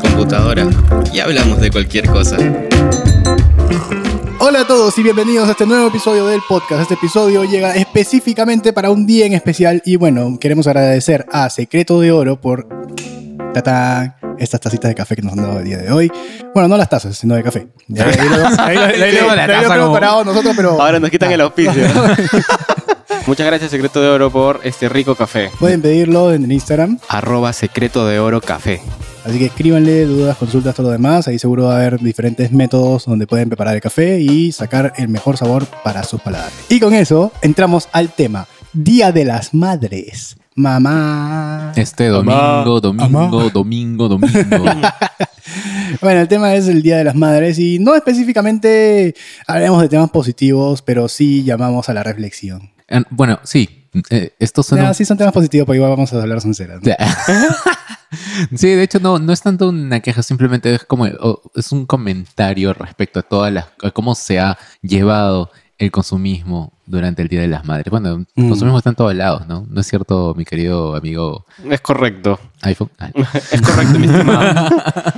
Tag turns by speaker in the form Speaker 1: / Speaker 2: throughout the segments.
Speaker 1: computadora y hablamos de cualquier cosa.
Speaker 2: Hola a todos y bienvenidos a este nuevo episodio del podcast. Este episodio llega específicamente para un día en especial y bueno, queremos agradecer a Secreto de Oro por tatán, estas tacitas de café que nos han dado el día de hoy. Bueno, no las tazas, sino de café. Ya, ahí lo- ahí lo- ahí lo-
Speaker 3: Sí, la
Speaker 2: ahí lo
Speaker 3: taza
Speaker 2: hemos
Speaker 3: como- Ah.
Speaker 2: preparado nosotros, pero
Speaker 4: Ahora nos quitan el auspicio. Muchas gracias, Secreto de Oro, por este rico café.
Speaker 2: pueden pedirlo en el Instagram.
Speaker 4: Arroba Secreto de Oro Café.
Speaker 2: Así que escríbanle dudas, consultas, todo lo demás. Ahí seguro va a haber diferentes métodos donde pueden preparar el café y sacar el mejor sabor para sus paladares. Y con eso entramos al tema. Día de las Madres. Mamá.
Speaker 3: Este domingo, domingo, domingo, domingo.
Speaker 2: Bueno, el tema es el Día de las Madres y no específicamente hablaremos de temas positivos, pero sí llamamos a la reflexión.
Speaker 3: Eh, bueno, sí. eh, estos son.
Speaker 2: Nah,
Speaker 3: un-
Speaker 2: sí son temas positivos, pero igual vamos a hablar sinceras. ¿no?
Speaker 3: Sí, de hecho, no, no es tanto una queja, simplemente es como o- es un comentario respecto a todas las a cómo se ha llevado el consumismo durante el Día de las Madres. Bueno, el
Speaker 2: Mm.
Speaker 3: consumismo está en todos lados, ¿no? ¿No es cierto, mi querido amigo
Speaker 4: Es correcto.
Speaker 3: iPhone? Ah,
Speaker 4: Es correcto, mi estimado.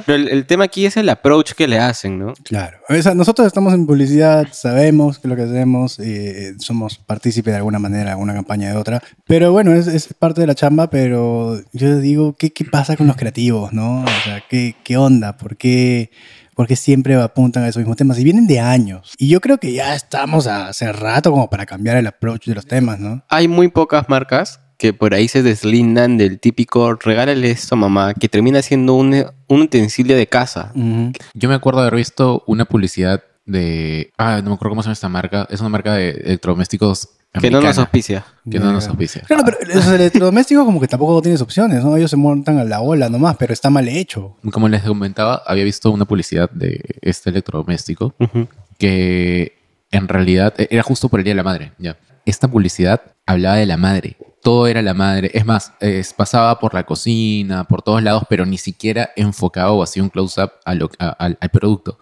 Speaker 4: Pero el, el tema aquí es el approach que le hacen, ¿no?
Speaker 2: Claro. O sea, nosotros estamos en publicidad, sabemos que lo que hacemos, eh, somos partícipes de alguna manera, de alguna campaña de otra. Pero bueno, es, es parte de la chamba, pero yo digo, ¿qué, qué pasa con los creativos, no? O sea, ¿qué, qué onda? ¿Por qué, por qué siempre apuntan a esos mismos temas? Y vienen de años. Y yo creo que ya estamos hace rato como para cambiar el approach de los temas, ¿no?
Speaker 4: Hay muy pocas marcas que por ahí se deslindan del típico regálale esto a mamá, que termina siendo un, un utensilio de casa.
Speaker 2: Ujú.
Speaker 3: Yo me acuerdo haber visto una publicidad de. Ah, no me acuerdo cómo se llama esta marca. Es una marca de electrodomésticos.
Speaker 4: Que no nos
Speaker 3: americana,
Speaker 4: auspicia.
Speaker 3: Que no nos auspicia.
Speaker 2: Claro, pero los electrodomésticos como que tampoco tienes opciones, ¿no? Ellos se montan a la ola nomás, pero está mal hecho.
Speaker 3: Como les comentaba, había visto una publicidad de este electrodoméstico
Speaker 4: Ujú.
Speaker 3: que en realidad e- era justo por el Día de la Madre. Ya. Esta publicidad hablaba de la madre. Todo era la madre. Es más, es- pasaba por la cocina, por todos lados, pero ni siquiera enfocaba o hacía un close-up a lo- a- al, al producto.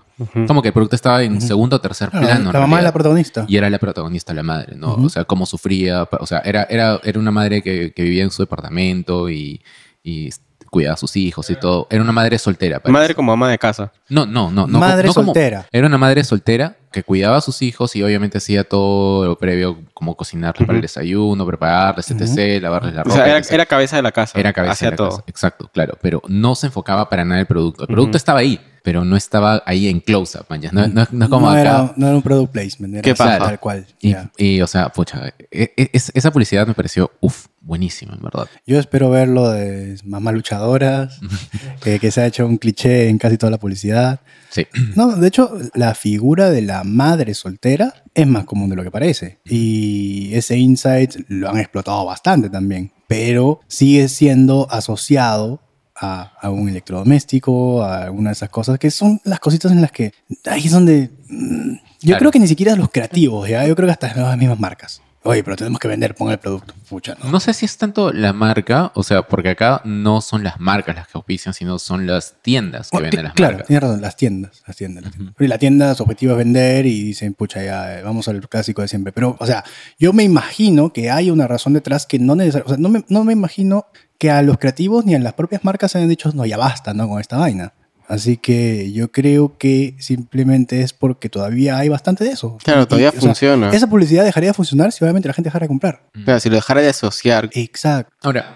Speaker 3: Como que el producto estaba en segundo o tercer
Speaker 2: Claro,
Speaker 3: plano. en
Speaker 2: la mamá es
Speaker 3: realidad.
Speaker 2: Ah, la protagonista.
Speaker 3: Y era la protagonista, la madre, ¿no? O sea, cómo sufría. pa- O sea, era, era, era una madre que, que vivía en su departamento y, y cuidaba a sus hijos y todo. Era una madre soltera. parece.
Speaker 4: Madre como ama de casa.
Speaker 3: No, no, no. no
Speaker 2: Madre
Speaker 3: no como-
Speaker 2: soltera.
Speaker 3: era una madre soltera que cuidaba a sus hijos y obviamente hacía todo lo previo, como cocinarles para el desayuno, prepararles, etc., lavarles la
Speaker 4: O
Speaker 3: ropa.
Speaker 4: sea, era,
Speaker 3: etc..
Speaker 4: era cabeza de la casa.
Speaker 3: Era cabeza.
Speaker 4: Hacía
Speaker 3: era
Speaker 4: todo.
Speaker 3: cabeza. Exacto, claro. Pero no se enfocaba para nada el producto. El producto estaba ahí, pero no estaba ahí en close-up, man, ya. No, no- no es como
Speaker 2: no,
Speaker 3: acá.
Speaker 2: era, no era un product placement, era
Speaker 4: ¿Qué
Speaker 2: así,
Speaker 4: pasa?
Speaker 2: tal cual.
Speaker 3: Y,
Speaker 2: ya.
Speaker 3: y, o sea, pucha, e- e- es- esa publicidad me pareció, uff, buenísima, en verdad.
Speaker 2: Yo espero ver lo de mamás luchadoras, que, que se ha hecho un cliché en casi toda la publicidad.
Speaker 3: Sí.
Speaker 2: No, de hecho, la figura de la madre soltera es más común de lo que parece. Y ese insight lo han explotado bastante también, pero sigue siendo asociado a, a un electrodoméstico, a alguna de esas cosas, que son las cositas en las que ahí es donde... mm, Yo
Speaker 3: Claro.
Speaker 2: creo que ni siquiera los creativos, ¿ya? yo creo que hasta las mismas marcas. Oye, pero tenemos que vender, ponga el producto. Pucha, no.
Speaker 3: No sé si es tanto la marca, o sea, porque acá no son las marcas las que auspician, sino son las tiendas que
Speaker 2: Bueno, Oh, ti-
Speaker 3: venden las
Speaker 2: claro,
Speaker 3: marcas.
Speaker 2: tienes razón, las tiendas, las tiendas. las tiendas. Y la tienda, su objetivo es vender y dicen, pucha, ya, eh, vamos al clásico de siempre. Pero, o sea, yo me imagino que hay una razón detrás que no necesariamente, o sea, no me, no me imagino que a los creativos ni a las propias marcas se hayan dicho, no, ya basta, ¿no? Con esta vaina. Así que yo creo que simplemente es porque todavía hay bastante de eso.
Speaker 4: Claro, todavía
Speaker 2: o sea,
Speaker 4: funciona.
Speaker 2: esa publicidad dejaría de funcionar si obviamente la gente dejara de comprar.
Speaker 4: Claro, si lo dejara de asociar
Speaker 2: Exacto.
Speaker 3: Ahora,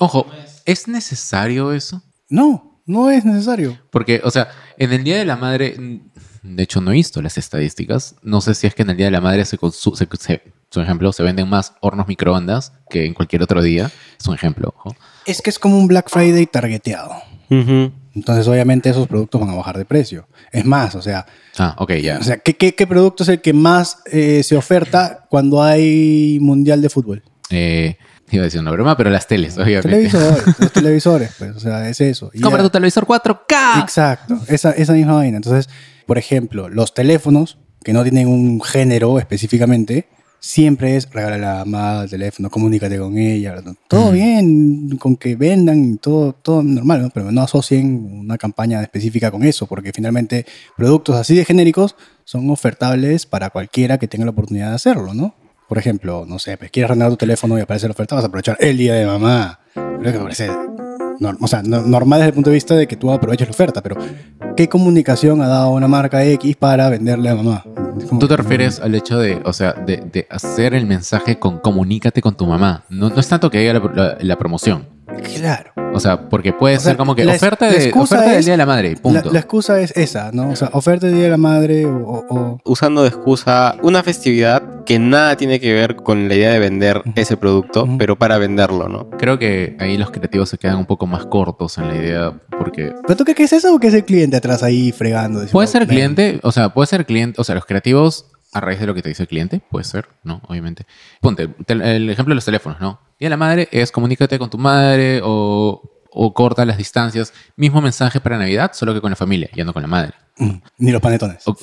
Speaker 3: ojo, ¿es necesario eso?
Speaker 2: No, no es necesario.
Speaker 3: Porque, o sea, en el Día de la Madre, mm, de hecho no he visto las estadísticas, no sé si es que en el Día de la Madre se consume, por ejemplo, se venden más hornos microondas que en cualquier otro día, es un ejemplo, ojo.
Speaker 2: Es que es como un Black Friday targeteado.
Speaker 4: Ujú.
Speaker 2: Entonces, obviamente, esos productos van a bajar de precio. Es más, o sea,
Speaker 3: Ah, ok, ya.
Speaker 2: o sea ¿qué, qué, qué producto es el que más eh, se oferta cuando hay mundial de fútbol?
Speaker 3: Eh, iba a decir una broma, pero las teles, obviamente.
Speaker 2: Televisores, los televisores, pues, o sea, es eso. Y
Speaker 3: Compra
Speaker 2: ya-
Speaker 3: tu televisor 4K.
Speaker 2: Exacto, esa, esa misma vaina. Entonces, por ejemplo, los teléfonos, que no tienen un género específicamente, siempre es regalar a la mamá el teléfono, comunícate con ella. ¿verdad? Todo bien, con que vendan, todo, todo normal, ¿no? pero no asocien una campaña específica con eso, porque finalmente productos así de genéricos son ofertables para cualquiera que tenga la oportunidad de hacerlo, ¿no? Por ejemplo, no sé, pues quieres renovar tu teléfono y aparece la oferta, vas a aprovechar el día de mamá. Creo que me parece nor- o sea, no- normal desde el punto de vista de que tú aproveches la oferta, pero ¿qué comunicación ha dado una marca X para venderle a mamá? Es como
Speaker 3: Tú te
Speaker 2: que-
Speaker 3: refieres al hecho de, o sea, de, de hacer el mensaje con comunícate con tu mamá. No, no es tanto que haya la, la- la promoción.
Speaker 2: Claro.
Speaker 3: O sea, porque puede
Speaker 2: O sea,
Speaker 3: ser como que
Speaker 2: la es-
Speaker 3: oferta,
Speaker 2: la
Speaker 3: de,
Speaker 2: excusa
Speaker 3: oferta del
Speaker 2: es-
Speaker 3: Día de la Madre,
Speaker 2: La,
Speaker 3: punto.
Speaker 2: la excusa es esa, ¿no? O sea, oferta de Día de la Madre o... o- o-
Speaker 4: usando de excusa una festividad que nada tiene que ver con la idea de vender
Speaker 2: Ujú.
Speaker 4: ese producto,
Speaker 2: Ujú.
Speaker 4: pero para venderlo, ¿no?
Speaker 3: Creo que ahí los creativos se quedan un poco más cortos en la idea porque
Speaker 2: ¿Pero tú qué crees eso o qué es el cliente atrás ahí fregando?
Speaker 3: Puede ser
Speaker 2: Diciendo, "Ven".
Speaker 3: cliente, o sea, puede ser cliente, o sea, los creativos a raíz de lo que te dice el cliente, puede ser, ¿no? Obviamente. Ponte tel- el ejemplo de los teléfonos, ¿no? Y a la madre es comunícate con tu madre o, o corta las distancias. Mismo mensaje para Navidad, solo que con la familia, ya no con la madre.
Speaker 2: Mm, Ni los panetones.
Speaker 3: O-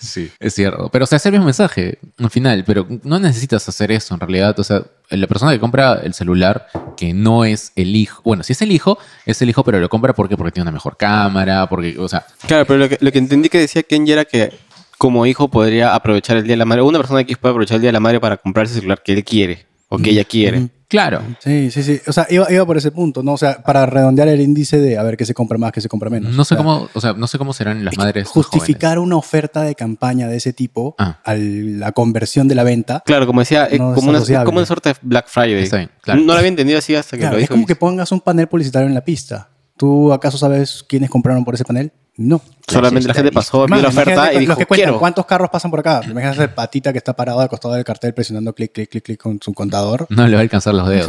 Speaker 3: sí, es cierto. Pero, o sea, es el mismo mensaje al final, pero no necesitas hacer eso en realidad. O sea, la persona que compra el celular, que no es el hijo, bueno, si es el hijo, es el hijo, pero lo compra porque, porque tiene una mejor cámara, porque, o sea,
Speaker 4: Claro, pero lo que, lo que entendí que decía Kenji era que como hijo podría aprovechar el Día de la Madre, una persona que puede aprovechar el Día de la Madre para comprarse el celular que él quiere o que ella quiere.
Speaker 3: claro,
Speaker 2: Sí, sí, sí. O sea, iba, iba por ese punto, ¿no? O sea, para redondear el índice de a ver qué se compra más, qué se compra menos.
Speaker 3: No sé
Speaker 2: O sea,
Speaker 3: cómo, o sea, no sé cómo serán las madres. más
Speaker 2: Justificar una oferta de campaña de ese tipo
Speaker 3: Ah.
Speaker 2: a la conversión de la venta.
Speaker 4: Claro, como decía, eh,
Speaker 2: No es
Speaker 4: como, una,
Speaker 2: asociable.
Speaker 4: como una suerte de Black Friday.
Speaker 3: Está bien, claro.
Speaker 4: No lo había entendido así hasta que
Speaker 2: Claro,
Speaker 4: lo
Speaker 2: es
Speaker 4: dijo.
Speaker 2: como que pongas un panel publicitario en la pista. ¿Tú acaso sabes quiénes compraron por ese panel? No.
Speaker 4: Solamente la gente pasó, vio
Speaker 2: Más,
Speaker 4: la
Speaker 2: imagínate
Speaker 4: oferta y
Speaker 2: los
Speaker 4: dijo,
Speaker 2: que cuentan,
Speaker 4: quiero.
Speaker 2: ¿Cuántos carros pasan por acá? Imagínate el patita que está parado al costado del cartel presionando clic, clic, clic, clic con su contador.
Speaker 3: No le va a alcanzar los dedos.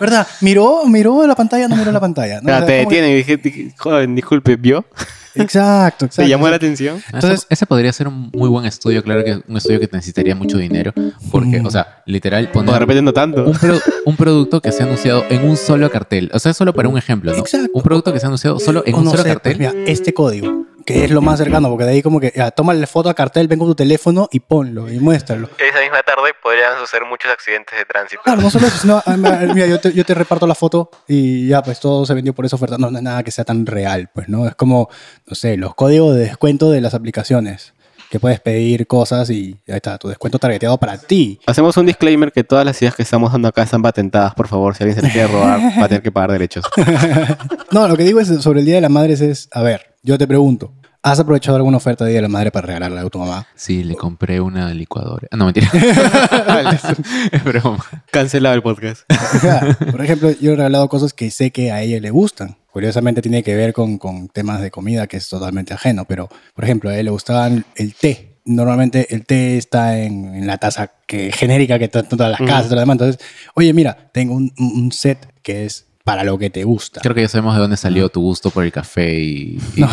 Speaker 2: ¿Verdad? ¿Miró, miró la pantalla? No miró la pantalla. ¿no?
Speaker 4: Claro,
Speaker 2: O sea,
Speaker 4: te
Speaker 2: como que-
Speaker 4: detienen y dije, di- joven, disculpe, ¿vio?
Speaker 2: Exacto, exacto.
Speaker 4: ¿Te llamó la atención?
Speaker 3: Entonces,
Speaker 2: Entonces-
Speaker 3: ese, podría ser un muy buen estudio, claro que un estudio que necesitaría mucho dinero, porque,
Speaker 2: Mm.
Speaker 3: o sea, literal
Speaker 4: O de
Speaker 3: poner
Speaker 4: repente no tanto.
Speaker 3: un, pro- un producto que se ha anunciado en un solo cartel, o sea, solo para un ejemplo, ¿no?
Speaker 2: Exacto.
Speaker 3: Un producto que se ha anunciado solo en
Speaker 2: O
Speaker 3: un
Speaker 2: no
Speaker 3: solo
Speaker 2: sé,
Speaker 3: cartel.
Speaker 2: pues, mira, este código, que es lo más cercano, porque de ahí como que, ya, tómale foto a cartel, ven con tu teléfono y ponlo y muéstralo.
Speaker 4: Esa misma tarde podrían suceder muchos accidentes de tránsito.
Speaker 2: Claro, no solo eso, sino, ah, mira, yo te, yo te reparto la foto y ya, pues todo se vendió por esa oferta. No, no es nada que sea tan real, pues, ¿no? Es como, no sé, los códigos de descuento de las aplicaciones, que puedes pedir cosas y ahí está, tu descuento targeteado para ti.
Speaker 4: Hacemos un disclaimer que todas las ideas que estamos dando acá están patentadas, por favor. Si alguien se las quiere robar, va a tener que pagar derechos.
Speaker 2: No, lo que digo es sobre el Día de las Madres es, a ver, yo te pregunto, ¿has aprovechado alguna oferta de Día de la Madre para regalarla a tu mamá?
Speaker 3: Sí, le compré una licuadora. Ah, no, mentira. es broma.
Speaker 4: Cancelado el podcast.
Speaker 2: Claro, Por ejemplo, yo he regalado cosas que sé que a ella le gustan. Curiosamente tiene que ver con, con temas de comida que es totalmente ajeno, pero por ejemplo, a ella le gustaban el té. Normalmente el té está en, en la taza que, genérica que están todas las
Speaker 4: Ujú.
Speaker 2: casas, todo lo demás. Entonces, oye, mira, tengo un, un- un set que es para lo que te gusta.
Speaker 3: Creo que ya sabemos de dónde salió tu gusto por el café y... y-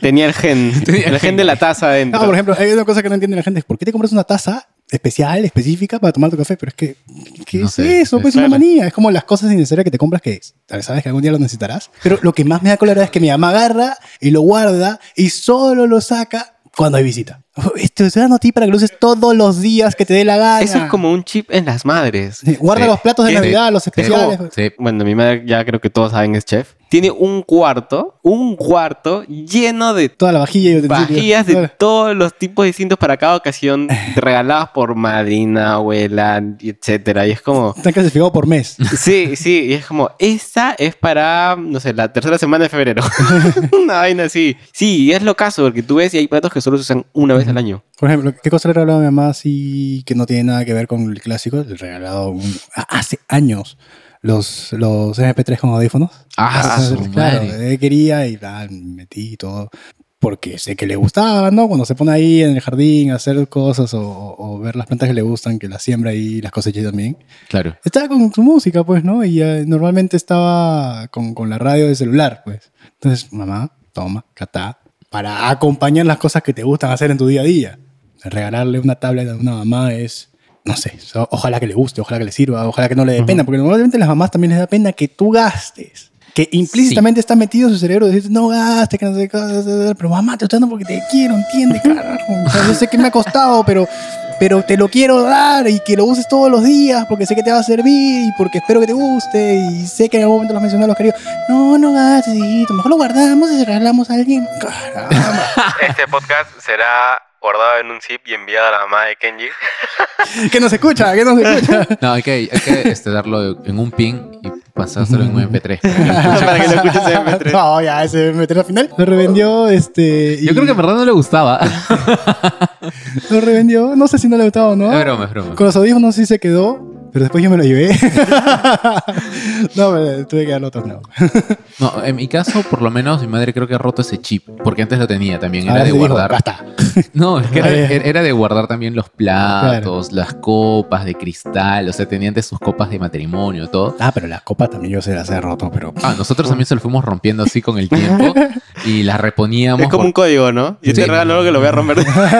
Speaker 4: Tenía el gen, el gen de la taza
Speaker 2: No,
Speaker 4: adentro.
Speaker 2: por ejemplo, hay una cosa que no entiende la gente. es ¿Por qué te compras una taza especial, específica para tomar tu café? Pero es que, ¿qué
Speaker 3: No
Speaker 2: es
Speaker 3: sé,
Speaker 2: eso?
Speaker 3: es
Speaker 2: Pues es una
Speaker 4: claro.
Speaker 2: manía. Es como las cosas innecesarias que te compras que sabes que algún día lo necesitarás. Pero lo que más me da cólera es que mi mamá agarra y lo guarda y solo lo saca cuando hay visita. Esto estoy dando a ti para que lo uses todos los días que te dé la gana.
Speaker 4: Eso es como un chip en las madres.
Speaker 2: Sí, Guarda
Speaker 3: Sí.
Speaker 2: los platos de
Speaker 3: Sí.
Speaker 2: Navidad, los
Speaker 3: Sí.
Speaker 2: especiales.
Speaker 3: Sí.
Speaker 4: Bueno, mi madre ya creo que todos saben es chef. Tiene un cuarto, un cuarto lleno de
Speaker 2: Toda la vajilla y utensilios.
Speaker 4: vajillas de
Speaker 2: Toda-
Speaker 4: todos los tipos distintos para cada ocasión, regaladas por madrina, abuela, y etcétera. Y es como,
Speaker 2: Están clasificados por mes.
Speaker 4: sí, sí, y es como, esta es para, no sé, la tercera semana de febrero. una vaina así. Sí, y es lo caso, porque tú ves y hay platos que solo se usan una vez al año.
Speaker 2: Por ejemplo, ¿qué cosa le he regalado a mi mamá así que no tiene nada que ver con el clásico? Le he regalado un- a- hace años los, los MP3 con audífonos.
Speaker 3: Ah, su
Speaker 2: Entonces, claro,
Speaker 3: madre.
Speaker 2: eh, quería y tal, metí y todo. Porque sé que le gustaba, ¿no? Cuando se pone ahí en el jardín a hacer cosas o, o- o ver las plantas que le gustan, que las siembra ahí, las cosecha también.
Speaker 3: Claro.
Speaker 2: Estaba con su música, pues, ¿no? Y eh, normalmente estaba con, con la radio de celular, pues. Entonces, mamá, toma, catá, para acompañar las cosas que te gustan hacer en tu día a día. Regalarle una tablet a una mamá es, no sé, so- ojalá que le guste, ojalá que le sirva, ojalá que no le dé pena, porque normalmente a las mamás también les da pena que tú gastes. Que implícitamente está metido en su cerebro decir, no gastes, que no sé qué, pero mamá, te estoy dando porque te quiero, entiende, carajo. O sea, yo sé que me ha costado, pero pero te lo quiero dar y que lo uses todos los días porque sé que te va a servir y porque espero que te guste y sé que en algún momento los mencioné a los queridos. No, no gastes, hijito, mejor lo guardamos y se lo regalamos a alguien. Caramba.
Speaker 5: Este podcast será guardado en un zip y enviado a la mamá de Kenji.
Speaker 2: que nos escucha, que nos escucha.
Speaker 3: No, hay que, hay que este, darlo en un pin y Pasárselo en un MP3.
Speaker 4: Para que lo escuches en MP3.
Speaker 2: No, ya, ese MP3 al final lo revendió, este... y-
Speaker 3: Yo creo que en verdad no le gustaba. es
Speaker 2: Lo revendió, no sé si no le gustaba o no.
Speaker 3: broma, es broma.
Speaker 2: Con los audífonos sí se quedó, pero después yo me lo llevé. no, me tuve que darlo otro no.
Speaker 3: No, en mi caso, por lo menos, mi madre creo que ha roto ese chip. Porque antes lo tenía también. Era
Speaker 2: Ahora
Speaker 3: de
Speaker 2: sí dijo,
Speaker 3: guardar.
Speaker 2: Basta.
Speaker 3: No, es que
Speaker 2: Ah,
Speaker 3: era,
Speaker 2: ya.
Speaker 3: era- era de guardar también los platos, las copas de cristal, o sea, tenían de sus copas de matrimonio, todo.
Speaker 2: Ah, pero las copas también yo se las he roto, pero...
Speaker 3: Ah, nosotros también se lo fuimos rompiendo así con el tiempo y las reponíamos.
Speaker 4: Es como un
Speaker 3: por-
Speaker 4: código, ¿no? Yo te
Speaker 3: Sí.
Speaker 4: regalo algo que lo voy a romper.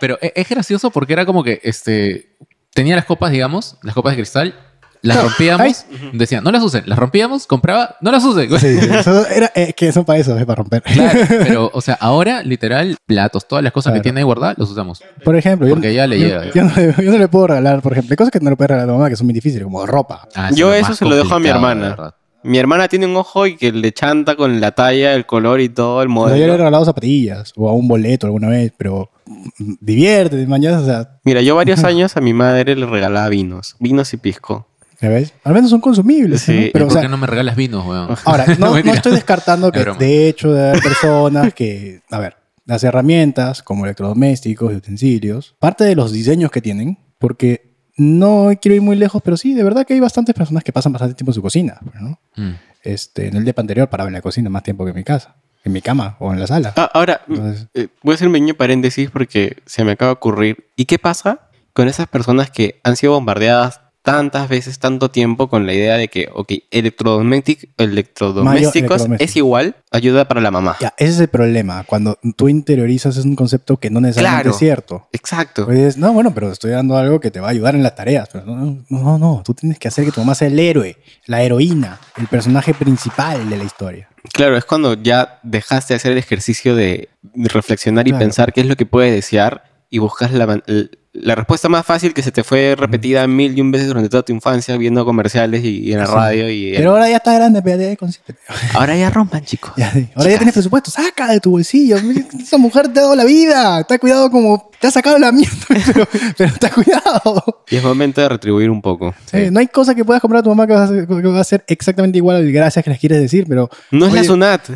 Speaker 3: Pero e- es gracioso porque era como que este tenía las copas, digamos, las copas de cristal, las rompíamos, decían, no las usen, las rompíamos, compraba, no las usen.
Speaker 2: Sí, eso era, eh, que son para eso, es para romper.
Speaker 3: Claro, pero, o sea, ahora, literal, platos, todas las cosas
Speaker 2: Claro.
Speaker 3: que tiene ahí guardadas, los usamos.
Speaker 2: Por ejemplo, yo,
Speaker 3: Porque ya le
Speaker 2: yo-
Speaker 3: llega.
Speaker 2: Yo, no, le- yo no le puedo regalar, por ejemplo, hay cosas que no le puedes regalar a tu mamá que son muy difíciles, como ropa.
Speaker 3: Ah, es
Speaker 4: Yo
Speaker 3: lo
Speaker 4: eso
Speaker 3: más
Speaker 4: se lo dejo a mi
Speaker 3: complicado,
Speaker 4: hermana.
Speaker 3: la verdad.
Speaker 4: Mi hermana tiene un ojo y que le chanta con la talla, el color y todo, el
Speaker 2: Pero yo le he
Speaker 4: modelo.
Speaker 2: regalado zapatillas o a un boleto alguna vez, pero mm, diviértete, mañana, o sea,
Speaker 4: Mira, yo varios años a mi madre le regalaba vinos, vinos y pisco.
Speaker 2: ¿ya ves? Al menos son consumibles,
Speaker 4: Sí,
Speaker 2: ¿no?
Speaker 4: ¿y
Speaker 2: Pero, o
Speaker 3: ¿Por
Speaker 2: sea,
Speaker 3: qué no me regalas vinos, weón?
Speaker 2: Ahora, no, no
Speaker 3: mentira.
Speaker 2: estoy descartando que
Speaker 3: Es broma.
Speaker 2: de hecho de haber personas que, a ver, las herramientas como electrodomésticos y utensilios, parte de los diseños que tienen, porque no quiero ir muy lejos, pero sí, de verdad que hay bastantes personas que pasan bastante tiempo en su cocina, pues, ¿no?
Speaker 3: Mm.
Speaker 2: Este, en el depa anterior paraba en la cocina más tiempo que en mi casa, en mi cama o en la sala.
Speaker 4: Ah, ahora,
Speaker 2: Entonces,
Speaker 4: eh, voy a hacer un pequeño paréntesis porque se me acaba de ocurrir. ¿Y qué pasa con esas personas que han sido bombardeadas tantas veces, tanto tiempo con la idea de que, ok, electrodoméstic- electrodomésticos
Speaker 2: electrodoméstico.
Speaker 4: es igual ayuda para la mamá?
Speaker 2: ya, ese es el problema, cuando tú interiorizas es un concepto que no necesariamente
Speaker 4: Claro.
Speaker 2: es cierto.
Speaker 4: Exacto.
Speaker 2: Pues dices, no, bueno, pero estoy dando algo que te va a ayudar en las tareas. Pero no, no, no, no, tú tienes que hacer que tu mamá sea el héroe, la heroína, el personaje principal de la historia.
Speaker 4: Claro, es cuando ya dejaste de hacer el ejercicio de reflexionar y
Speaker 2: Claro.
Speaker 4: pensar qué es lo que puedes desear y buscas la, man- l- la respuesta más fácil que se te fue repetida mil y un veces durante toda tu infancia viendo comerciales y, y en la
Speaker 2: Sí.
Speaker 4: radio. Y
Speaker 2: Pero ahora ya está grande, pero ya consciente.
Speaker 4: Ahora ya rompan, chicos.
Speaker 2: Ya, ahora ya tienes presupuesto, saca de tu bolsillo. Mira, Esa mujer te ha dado la vida, te ha cuidado como te ha sacado la mierda, pero, pero te ha cuidado.
Speaker 4: Y es momento de retribuir un poco.
Speaker 3: Sí.
Speaker 2: Eh, no hay cosa que puedas comprar a tu mamá que va a ser, que va a ser exactamente igual al gracias que les quieres decir, pero.
Speaker 4: No es la
Speaker 2: Oye.
Speaker 4: Sunat.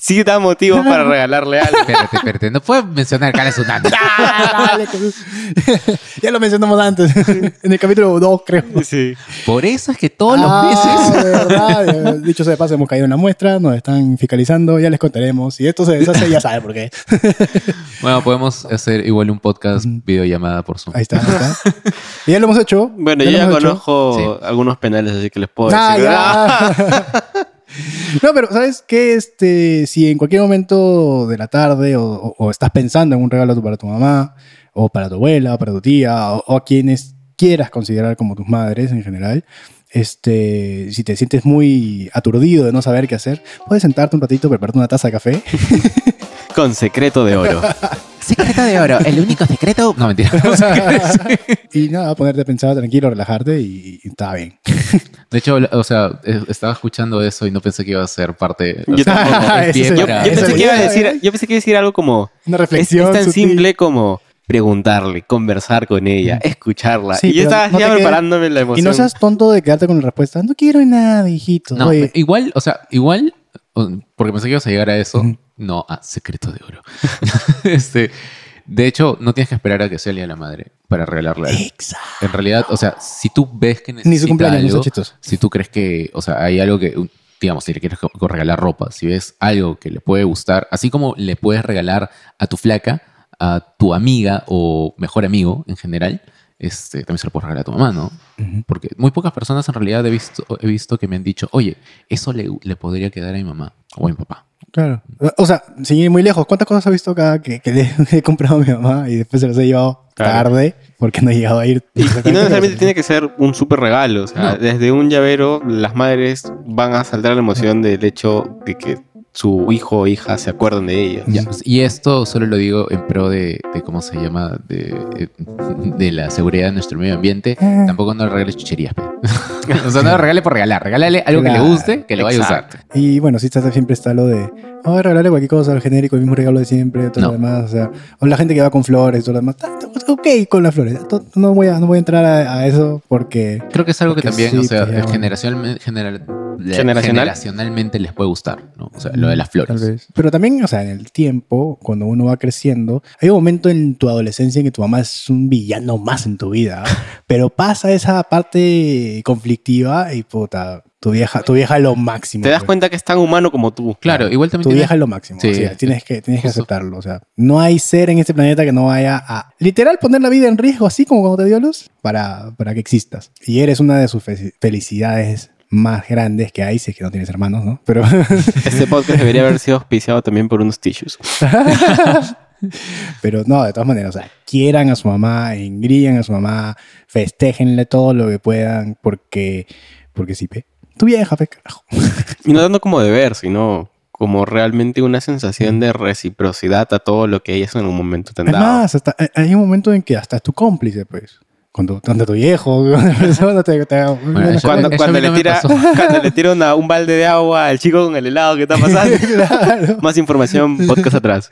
Speaker 4: Sí da motivos para regalarle algo.
Speaker 3: Espérate, espérate, no puedes mencionar cara Sunat.
Speaker 2: Dale, que- ya lo mencionamos antes, en el capítulo 2, creo.
Speaker 4: Sí.
Speaker 3: Por eso es que todos
Speaker 2: Ah,
Speaker 3: los meses.
Speaker 2: de verdad. Eh, Dicho sea de paso, hemos caído en la muestra, nos están fiscalizando, ya les contaremos. Si esto se deshace, ya sabe por qué.
Speaker 3: Bueno, podemos hacer igual un podcast
Speaker 2: Ujú.
Speaker 3: videollamada por Zoom.
Speaker 2: Ahí está. ahí está. Y ya lo hemos hecho.
Speaker 4: Bueno, yo
Speaker 2: lo
Speaker 4: ya
Speaker 2: hemos hecho.
Speaker 4: conozco
Speaker 3: Sí.
Speaker 4: algunos penales, así que les puedo
Speaker 2: Ah,
Speaker 4: decir. Ah,
Speaker 2: ya. No, pero ¿sabes qué? Este, si en cualquier momento de la tarde o, o- o estás pensando en un regalo tu- para tu mamá, o para tu abuela, o para tu tía, o, o a quienes quieras considerar como tus madres en general, este, si te sientes muy aturdido de no saber qué hacer, puedes sentarte un ratito, prepararte una taza de café
Speaker 4: Con secreto de oro.
Speaker 3: Secreto de oro, el único secreto. No, mentira.
Speaker 2: y nada, ponerte a pensar tranquilo, relajarte y, y está bien.
Speaker 3: De hecho, o sea, eh, estaba escuchando eso y no pensé que iba a ser parte.
Speaker 4: Yo tampoco.
Speaker 2: Ah,
Speaker 3: el pie
Speaker 2: eso
Speaker 4: Yo, yo
Speaker 3: para-
Speaker 2: eso
Speaker 4: pensé que iba a
Speaker 2: sería,
Speaker 4: decir,
Speaker 2: ¿eh?
Speaker 4: yo pensé que iba a decir algo como
Speaker 2: Una
Speaker 4: Es,
Speaker 2: reflexión.
Speaker 4: es tan
Speaker 2: sutil.
Speaker 4: simple como preguntarle, conversar con ella, escucharla.
Speaker 2: Sí,
Speaker 4: y yo
Speaker 2: pero
Speaker 4: estaba
Speaker 2: no
Speaker 4: ya
Speaker 2: te quedes-
Speaker 4: preparándome la emoción.
Speaker 2: Y no seas tonto de quedarte con la respuesta. No quiero nada, hijito.
Speaker 3: No,
Speaker 2: Oye,
Speaker 3: igual, o sea, igual, o- porque pensé que ibas a llegar a eso.
Speaker 2: Ujú.
Speaker 3: No, a secreto de oro. este, de hecho, no tienes que esperar a que sea el día de la madre para regalarle. algo.
Speaker 2: Exacto.
Speaker 3: En realidad, o sea, si tú ves que necesitas
Speaker 2: Eh. Ni su cumpleaños, no
Speaker 3: algo,
Speaker 2: son chistosos.
Speaker 3: si tú crees que, o sea, hay algo que, digamos, si le quieres co- co- regalar ropa, si ves algo que le puede gustar, así como le puedes regalar a tu flaca, a tu amiga o mejor amigo en general, este, también se lo puedes regalar a tu mamá, ¿no? Porque muy pocas personas en realidad he visto, he visto que me han dicho, oye, eso le, le podría quedar a mi mamá o a mi papá.
Speaker 2: Claro. O sea, sin ir muy lejos, ¿cuántas cosas ha visto acá que, que le he comprado a mi mamá y después se las he llevado
Speaker 4: Claro.
Speaker 2: tarde porque no he llegado a ir?
Speaker 4: Y no necesariamente tiene que ser un súper regalo. O sea,
Speaker 3: No.
Speaker 4: desde un llavero, las madres van a saltar la emoción del hecho de que su hijo o hija se acuerdan de ellos.
Speaker 3: Ya, pues, Y esto solo lo digo en pro de, de cómo se llama, de, eh, de la seguridad de nuestro medio ambiente.
Speaker 2: Eh.
Speaker 3: Tampoco no le regales chucherías, pe. o sea, no le regales por regalar. Regálale algo que
Speaker 2: Claro.
Speaker 3: le guste, que lo vaya a usar.
Speaker 4: Exacto.
Speaker 2: Y bueno, sí, está, siempre está lo de, oh, regalarle cualquier cosa al genérico, el mismo regalo de siempre, todo lo
Speaker 3: No.
Speaker 2: demás. O, sea, o la gente que va con flores, todo lo demás. "Ah, Ok, con las flores. To- No voy a, no voy a entrar a, a eso porque.
Speaker 3: Creo que es algo que
Speaker 2: Porque
Speaker 3: también,
Speaker 2: sí,
Speaker 3: o sea,
Speaker 2: pues, ya, bueno.
Speaker 3: generacional- general-
Speaker 4: Generacional.
Speaker 3: generacionalmente les puede gustar, ¿no? O sea, lo de las flores.
Speaker 2: Tal vez. Pero también, o sea, en el tiempo, cuando uno va creciendo, hay un momento en tu adolescencia en que tu mamá es un villano más en tu vida. ¿ah? Pero pasa esa parte conflictiva y puta, tu vieja, tu vieja es lo máximo.
Speaker 4: Te das
Speaker 2: pues.
Speaker 4: cuenta que es tan humano como tú.
Speaker 3: Claro, igual también
Speaker 2: Tu
Speaker 3: tiene-
Speaker 2: vieja es lo máximo.
Speaker 3: Sí.
Speaker 2: o sea, tienes que, tienes que
Speaker 3: Justo.
Speaker 2: aceptarlo. O sea, no hay ser en este planeta que no vaya a literal poner la vida en riesgo, así como cuando te dio luz, para, para que existas. Y eres una de sus fe- felicidades más grandes que hay, si es que no tienes hermanos, ¿no? Pero,
Speaker 4: Este podcast debería haber sido auspiciado también por unos tissues.
Speaker 2: pero no, de todas maneras, o sea, quieran a su mamá, engrían a su mamá, festéjenle todo lo que puedan, porque, porque sí, pe. Tu vieja, pe, carajo.
Speaker 4: Y no dando como deber, sino como realmente una sensación de reciprocidad a todo lo que ellas en algún momento te han
Speaker 2: Es
Speaker 4: dado.
Speaker 2: más, hasta, hay- hay un momento en que hasta es tu cómplice, pues. Cuando, cuando tu viejo, cuando persona te, te-
Speaker 3: Bueno, eso-
Speaker 4: Cuando,
Speaker 3: Eso a
Speaker 4: cuando
Speaker 3: mí no
Speaker 4: le
Speaker 3: me
Speaker 4: tira,
Speaker 3: pasó.
Speaker 4: cuando le tira una- un balde de agua al chico con el helado que está pasando.
Speaker 2: Claro.
Speaker 4: Más información, podcast atrás.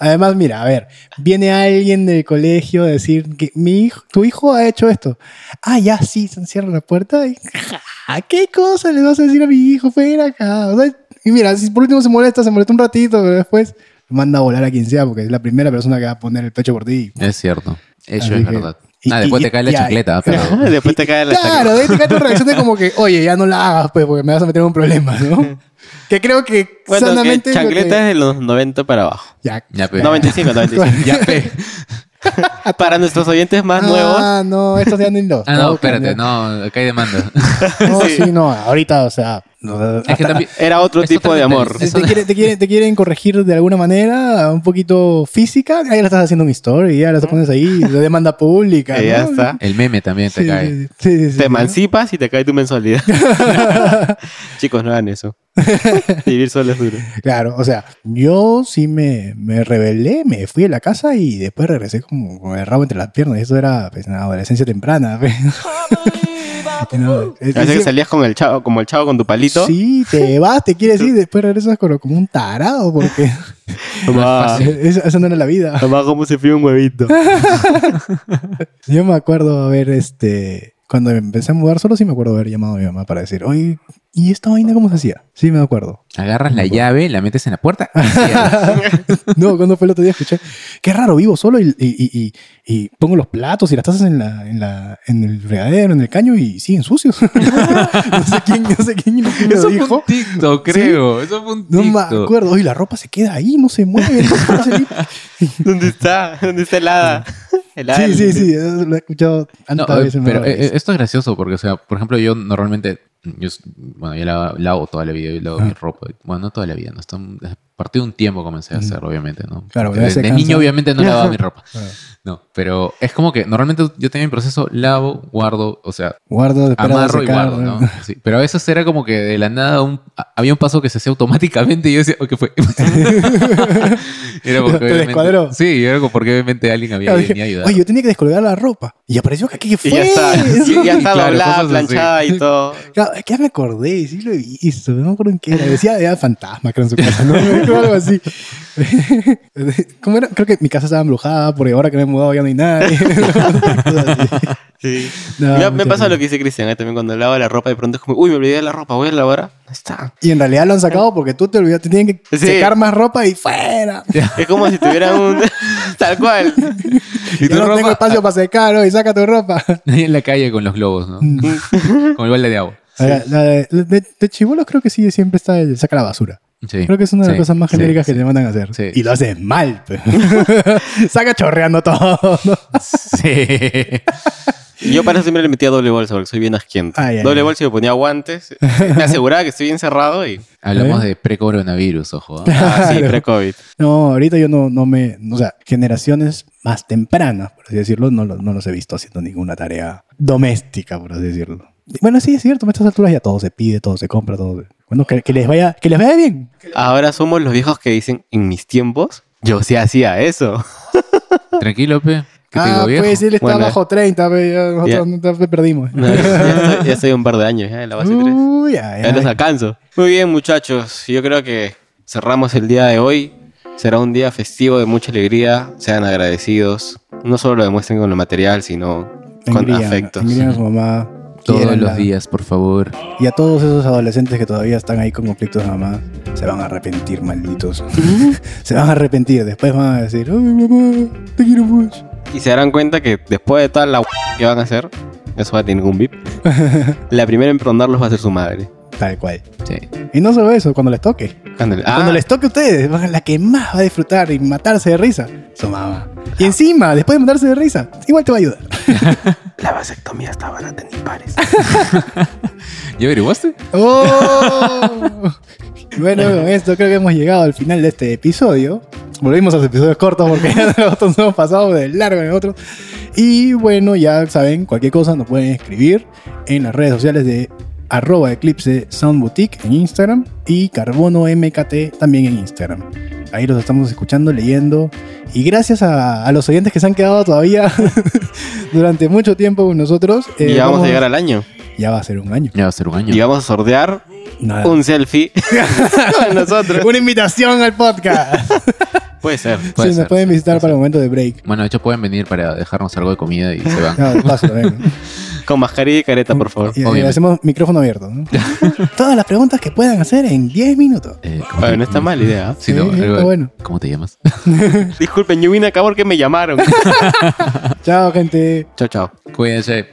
Speaker 2: Además, mira, a ver, viene alguien del colegio a decir que mi hijo, tu hijo ha hecho esto. Ah, ya sí, se encierra la puerta y "Ja, ¿qué cosa le vas a decir a mi hijo? Ven acá. O sea, y mira, si por último se molesta, se molesta un ratito, pero después manda a volar a quien sea, porque es la primera persona que va a poner el pecho por ti.
Speaker 3: Es cierto. Eso
Speaker 2: Así
Speaker 3: es
Speaker 2: que-
Speaker 3: verdad.
Speaker 2: y-
Speaker 3: ah, después
Speaker 2: y-
Speaker 3: te cae la
Speaker 2: y-
Speaker 3: chancleta, pero...
Speaker 4: Y Después te cae la
Speaker 2: Claro,
Speaker 4: chancleta.
Speaker 2: de ahí te cae tu reacción de como que, oye, ya no la hagas, pues, porque me vas a meter en un problema, ¿no? que creo que
Speaker 4: Bueno, que
Speaker 2: sanamente. es lo que-
Speaker 4: chancleta es de los 90 para abajo.
Speaker 2: Ya.
Speaker 3: Ya, pe.
Speaker 4: 95, 95.
Speaker 3: Ya, pe.
Speaker 4: Para nuestros oyentes más nuevos,
Speaker 2: Ah, no, estos ya ni los.
Speaker 3: Ah, no,
Speaker 2: tocan,
Speaker 3: espérate,
Speaker 2: ya.
Speaker 3: no, acá hay demanda.
Speaker 2: No, sí. no, ahorita, o sea. no,
Speaker 3: es que
Speaker 2: hasta-
Speaker 3: también...
Speaker 4: era otro
Speaker 3: Es
Speaker 4: tipo de
Speaker 3: totalmente
Speaker 4: amor.
Speaker 3: distinto.
Speaker 2: si te, quiere- te, quiere- te quieren corregir de alguna manera, un poquito física, ahí la estás haciendo un story, ya la pones ahí, de demanda pública.
Speaker 4: Que ya
Speaker 2: ¿no?
Speaker 4: está.
Speaker 3: El meme también te
Speaker 2: Sí,
Speaker 3: cae.
Speaker 2: sí, sí, sí, sí,
Speaker 4: Te
Speaker 2: sí.
Speaker 4: emancipas y te cae tu mensualidad. Chicos, no hagan eso. Vivir solo es duro.
Speaker 2: Claro, o sea, yo sí me, me rebelé, me fui de la casa y después regresé como con el rabo entre las piernas. Y eso era pues, en la adolescencia temprana. pues. No, es-
Speaker 4: Así que
Speaker 2: es-
Speaker 4: salías con el chavo, como el chavo con tu palito.
Speaker 2: Sí, te vas, te quieres ir, después regresas como, como un tarado, porque
Speaker 4: Mamá,
Speaker 2: esa, esa no era la vida.
Speaker 4: mamá, cómo se fríe un huevito.
Speaker 2: Yo me acuerdo haber, este, cuando me empecé a mudar solo, sí me acuerdo haber llamado a mi mamá para decir, oye, ¿y esta vaina cómo se hacía? Sí, me acuerdo.
Speaker 3: Agarras la llave, la metes en la puerta. y cierras.
Speaker 2: No, cuando fue el otro día escuché, qué raro, vivo solo y, y- y- y- y pongo los platos y las tazas en, la, en, la, en el fregadero, en el caño y siguen sucios. no sé quién, no sé quién lo
Speaker 3: Eso fue
Speaker 2: dijo.
Speaker 3: un TikTok, creo. Eso fue un
Speaker 2: No me
Speaker 3: TikTok.
Speaker 2: acuerdo, oye, la ropa se queda ahí, no se mueve. no se limpia".
Speaker 4: ¿Dónde está? ¿Dónde está el hada? El hada
Speaker 2: Sí,
Speaker 4: del-
Speaker 2: sí, sí, eso lo he escuchado
Speaker 3: No,
Speaker 2: tantas
Speaker 3: eh,
Speaker 2: veces. me
Speaker 3: pero
Speaker 2: lo
Speaker 3: eh, eh,
Speaker 2: dice.
Speaker 3: esto es gracioso porque, o sea, por ejemplo, yo normalmente, yo, s- bueno, yo la- lavo toda la vida, yo lavo
Speaker 2: Ah.
Speaker 3: mi ropa. Bueno, no toda la vida, no, está, un- a partir de un tiempo comencé a
Speaker 2: Mm.
Speaker 3: hacerlo, obviamente, ¿no?
Speaker 2: Claro, ya
Speaker 3: de,
Speaker 2: se
Speaker 3: de
Speaker 2: cansa.
Speaker 3: niño obviamente no
Speaker 2: Ajá.
Speaker 3: lavaba mi ropa,
Speaker 2: Claro.
Speaker 3: no, pero es como que normalmente yo tenía mi proceso, lavo, guardo, o sea,
Speaker 2: Guardo, espera de
Speaker 3: amarro y
Speaker 2: secar,
Speaker 3: guardo, ¿no? Sí, pero a veces era como que de la nada un- a- había un paso que se hacía automáticamente y yo decía, oh, ¿qué fue? era
Speaker 2: Te
Speaker 3: obviamente-
Speaker 2: descuadró.
Speaker 3: Sí, era como porque obviamente alguien había
Speaker 2: Claro,
Speaker 3: venido a
Speaker 2: dije,
Speaker 3: ayudar.
Speaker 2: Oye, yo tenía que descolgar la ropa. Y apareció que aquí fue.
Speaker 4: Y ya está. Y ya está
Speaker 3: Claro, cosas
Speaker 4: doblada,
Speaker 3: así.
Speaker 4: planchada y todo.
Speaker 2: Claro, es que ya me acordé, sí lo he visto, no me acuerdo en qué era. Decía, era fantasma, creo, en su casa, ¿no? Me dijo algo así. ¿Cómo era? Creo que mi casa estaba embrujada, porque ahora que me he mudado ya no hay nadie.
Speaker 4: Sí.
Speaker 2: No,
Speaker 4: Mira, me
Speaker 2: muchas
Speaker 4: pasa
Speaker 2: gracias.
Speaker 4: lo que dice Cristian, eh, también cuando lavo la ropa de pronto es como, uy, me olvidé de la ropa, voy a lavar. Ahí está.
Speaker 2: Y en realidad lo han sacado porque tú te olvidaste, tienen que
Speaker 4: Sí.
Speaker 2: secar más ropa y fuera.
Speaker 4: Es como si tuviera un... Tal cual.
Speaker 2: Yo
Speaker 3: y tu
Speaker 2: no tengo
Speaker 3: ropa
Speaker 4: ah.
Speaker 2: espacio para secar, ¿no? y saca tu ropa.
Speaker 3: ahí en la calle con los globos, ¿no?
Speaker 2: Mm.
Speaker 3: con el balde de agua.
Speaker 2: Ahora, la de, la de, de chibolos creo que sí, siempre está el saca la basura.
Speaker 3: Sí,
Speaker 2: Creo que es una de las
Speaker 3: sí,
Speaker 2: cosas más
Speaker 3: sí,
Speaker 2: genéricas que te mandan a hacer.
Speaker 3: Sí.
Speaker 2: Y lo haces mal. pe. Saca chorreando todo. ¿no?
Speaker 3: Sí.
Speaker 4: Y Yo para eso siempre le metía doble bolsa porque soy bien asquiento.
Speaker 2: Ay, ay,
Speaker 4: doble
Speaker 2: ay.
Speaker 4: bolsa y me ponía guantes. Me aseguraba que estoy bien cerrado y...
Speaker 3: Hablamos de pre-coronavirus, ojo. ¿ah?
Speaker 4: Ah, sí,
Speaker 2: Claro.
Speaker 4: pre-COVID.
Speaker 2: No, ahorita yo no, no me... no, O sea, generaciones más tempranas, por así decirlo, no, lo- no los he visto haciendo ninguna tarea doméstica, por así decirlo. Bueno, sí, es cierto, a estas alturas ya todo se pide, todo se compra, todo. se- Bueno, que, que les vaya, que les vaya bien.
Speaker 4: Ahora somos los viejos que dicen, en mis tiempos, yo sí hacía eso.
Speaker 3: Tranquilo, pe. Que te
Speaker 2: Ah,
Speaker 3: digo viejo.
Speaker 2: pues él está
Speaker 4: Bueno.
Speaker 2: bajo 30, pe, ya nosotros no te perdimos.
Speaker 4: No, ya, estoy, ya estoy un par de años ya en la base 3.
Speaker 2: Uy, ya,
Speaker 4: Ya los
Speaker 2: ya.
Speaker 4: alcanzo. Muy bien, muchachos. Yo creo que cerramos el día de hoy. Será un día festivo de mucha alegría. Sean agradecidos. No solo lo demuestren con lo material, sino con
Speaker 2: Engrían,
Speaker 4: afectos.
Speaker 2: engrían a su mamá.
Speaker 3: Todos
Speaker 2: quiéranla.
Speaker 3: los días, por favor.
Speaker 2: Y a todos esos adolescentes que todavía están ahí con conflictos de mamá, se van a arrepentir, malditos. se van a arrepentir. Después van a decir, ay, mamá, te quiero mucho.
Speaker 4: Y se darán cuenta que después de toda la que van a hacer, eso va a tener un bip. la primera en pronarlos va a ser su madre.
Speaker 2: Tal cual.
Speaker 3: Sí.
Speaker 2: Y no solo eso, cuando les toque.
Speaker 4: Ándale. Ah,
Speaker 2: Cuando les toque a ustedes, van a la que más va a disfrutar y matarse de risa, su mamá. Y encima, después de matarse de risa, igual te va a ayudar.
Speaker 4: La vasectomía está barata en pares.
Speaker 2: Eh,
Speaker 3: ¿Ya averiguaste?
Speaker 2: ¡Oh! bueno, con esto creo que hemos llegado al final de este episodio. Volvimos a los episodios cortos porque ya nosotros nos hemos pasado de largo en otros. Y bueno, ya saben, cualquier cosa nos pueden escribir en las redes sociales de arroba eclipse sound boutique en Instagram y carbono mkt también en Instagram. Ahí los estamos escuchando, leyendo. Y gracias a, a los oyentes que se han quedado todavía durante mucho tiempo con nosotros. eh,
Speaker 4: y ya vamos a llegar al año.
Speaker 2: Ya va a ser un año.
Speaker 3: Ya va a ser un año.
Speaker 4: Y vamos a sortear
Speaker 2: Nada.
Speaker 4: un selfie con nosotros.
Speaker 2: Una invitación al podcast.
Speaker 4: Puede ser.
Speaker 3: Puede
Speaker 2: sí,
Speaker 3: ser,
Speaker 2: nos pueden visitar
Speaker 3: puede
Speaker 2: para el momento de break.
Speaker 3: Bueno, de hecho pueden venir para dejarnos algo de comida y se van.
Speaker 2: No, de paso también.
Speaker 4: Con mascarilla y careta, por favor.
Speaker 2: Y- y
Speaker 3: Obviamente.
Speaker 2: hacemos micrófono abierto. ¿no? Todas las preguntas que puedan hacer en 10 minutos.
Speaker 3: Eh, ¿cómo
Speaker 4: Oye,
Speaker 3: te-
Speaker 4: no está mala idea. ¿ah?
Speaker 3: Sí,
Speaker 2: Sí,
Speaker 3: no,
Speaker 2: está
Speaker 3: algo-
Speaker 2: bueno.
Speaker 3: ¿Cómo te llamas?
Speaker 4: Disculpen, yo vine acá porque me llamaron.
Speaker 2: Chao, gente.
Speaker 4: chao, chao.
Speaker 3: Cuídense.